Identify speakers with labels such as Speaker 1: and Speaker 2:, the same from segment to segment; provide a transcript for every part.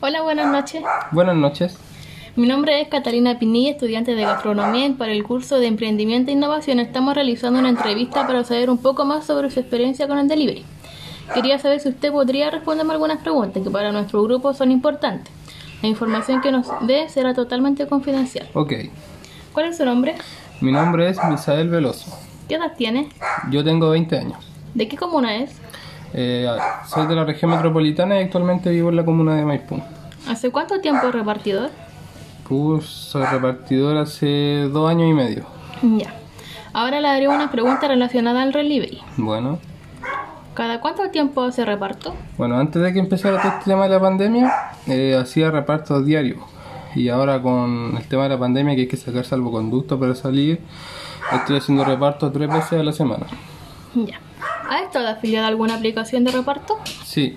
Speaker 1: Hola, buenas noches.
Speaker 2: Buenas noches.
Speaker 1: Mi nombre es Catalina Pinilla, estudiante de gastronomía y para el curso de emprendimiento e innovación estamos realizando una entrevista para saber un poco más sobre su experiencia con el delivery. Quería saber si usted podría responderme algunas preguntas que para nuestro grupo son importantes. La información que nos dé será totalmente confidencial.
Speaker 2: Ok.
Speaker 1: ¿Cuál es su nombre?
Speaker 2: Mi nombre es Misael Veloso.
Speaker 1: ¿Qué edad tiene?
Speaker 2: Yo tengo 20 años.
Speaker 1: ¿De qué comuna es?
Speaker 2: Eh, soy de la región metropolitana y actualmente vivo en la comuna de Maipú.
Speaker 1: ¿Hace cuánto tiempo es repartidor?
Speaker 2: Pues soy repartidor hace dos años y medio.
Speaker 1: Ya. Ahora le haré una pregunta relacionada al delivery.
Speaker 2: Bueno,
Speaker 1: ¿Cada cuánto tiempo hace reparto?
Speaker 2: bueno, antes de que empezara todo este tema de la pandemia, eh, hacía repartos diarios. Y ahora con el tema de la pandemia que hay que sacar salvoconducto para salir, estoy haciendo repartos tres veces a la semana.
Speaker 1: Ya. ¿Ha estado afiliado a alguna aplicación de reparto?
Speaker 2: Sí.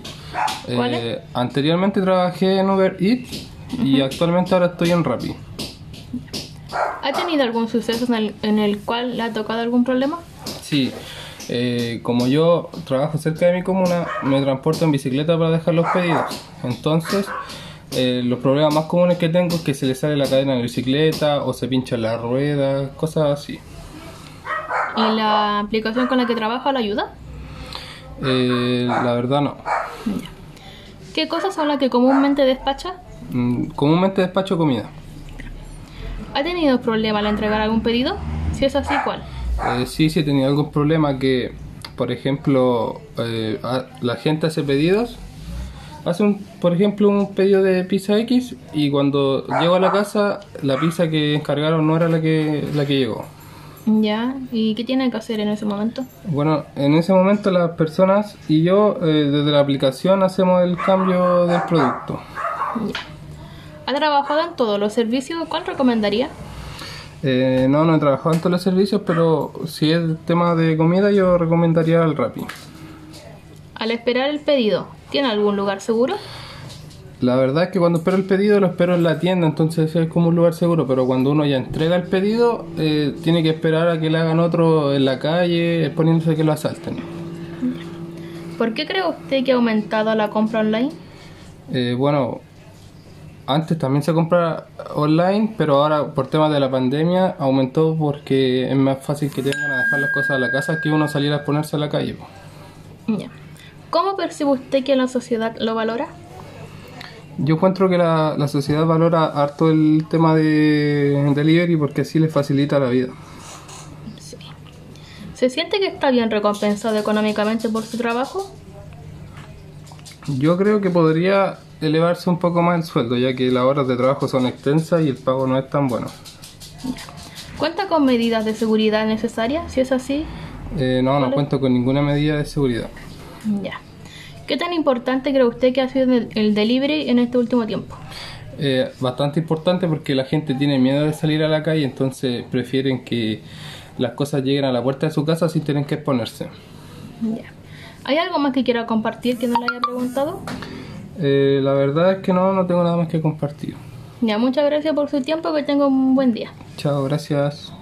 Speaker 1: ¿Cuál
Speaker 2: Eh, anteriormente trabajé en Uber Eats y actualmente ahora estoy en Rappi.
Speaker 1: ¿Ha tenido algún suceso en el, en el cual le ha tocado algún problema?
Speaker 2: Sí, eh, como yo trabajo cerca de mi comuna, me transporto en bicicleta para dejar los pedidos. Entonces, eh, los problemas más comunes que tengo es que se le sale la cadena de la bicicleta o se pincha la rueda, cosas así.
Speaker 1: ¿Y la aplicación con la que trabaja la ayuda?
Speaker 2: Eh, la verdad no.
Speaker 1: ¿Qué cosas son las que comúnmente despacha?
Speaker 2: Mm, Comúnmente despacho comida.
Speaker 1: ¿Ha tenido problemas al entregar algún pedido? Si es así, ¿cuál?
Speaker 2: Eh, sí, sí he tenido algún problema que, por ejemplo, eh, a- la gente hace pedidos, hace un, por ejemplo, un pedido de pizza X y cuando llego a la casa, la pizza que encargaron no era la que, la que llegó.
Speaker 1: Ya. ¿Y qué tiene que hacer en ese momento?
Speaker 2: Bueno, en ese momento las personas y yo eh, desde la aplicación hacemos el cambio del producto.
Speaker 1: ¿Ha trabajado en todos los servicios? ¿Cuál recomendaría?
Speaker 2: Eh, no, no he trabajado en todos los servicios, pero si es tema de comida yo recomendaría el Rappi.
Speaker 1: Al esperar el pedido, ¿tiene algún lugar seguro?
Speaker 2: La verdad es que cuando espero el pedido lo espero en la tienda, entonces es como un lugar seguro, pero cuando uno ya entrega el pedido eh, tiene que esperar a que le hagan otro en la calle exponiéndose a que lo asalten.
Speaker 1: ¿Por qué cree usted que ha aumentado la compra online?
Speaker 2: Eh, bueno, antes también se compraba online, pero ahora por temas de la pandemia aumentó porque es más fácil que tengan a dejar las cosas a la casa que uno salir a exponerse a la calle. po.
Speaker 1: Ya. ¿Cómo percibe usted que la sociedad lo valora?
Speaker 2: Yo encuentro que la, la sociedad valora harto el tema de delivery porque así les facilita la vida.
Speaker 1: ¿Se siente que está bien recompensado económicamente por su trabajo?
Speaker 2: Yo creo que podría elevarse un poco más el sueldo, ya que las horas de trabajo son extensas y el pago no es tan bueno.
Speaker 1: ¿Cuenta con medidas de seguridad necesarias? Si es así,
Speaker 2: Eh, no, no cuento con ninguna medida de seguridad.
Speaker 1: ya. ¿Qué tan importante cree usted que ha sido el el delivery en este último tiempo?
Speaker 2: Eh, bastante importante porque la gente tiene miedo de salir a la calle, entonces prefieren que las cosas lleguen a la puerta de su casa sin tener que exponerse.
Speaker 1: Ya. ¿Hay algo más que quiera compartir que no le haya preguntado?
Speaker 2: Eh, la verdad es que no, no tengo nada más que compartir.
Speaker 1: Ya, muchas gracias por su tiempo, que tenga un buen día.
Speaker 2: Chao, gracias.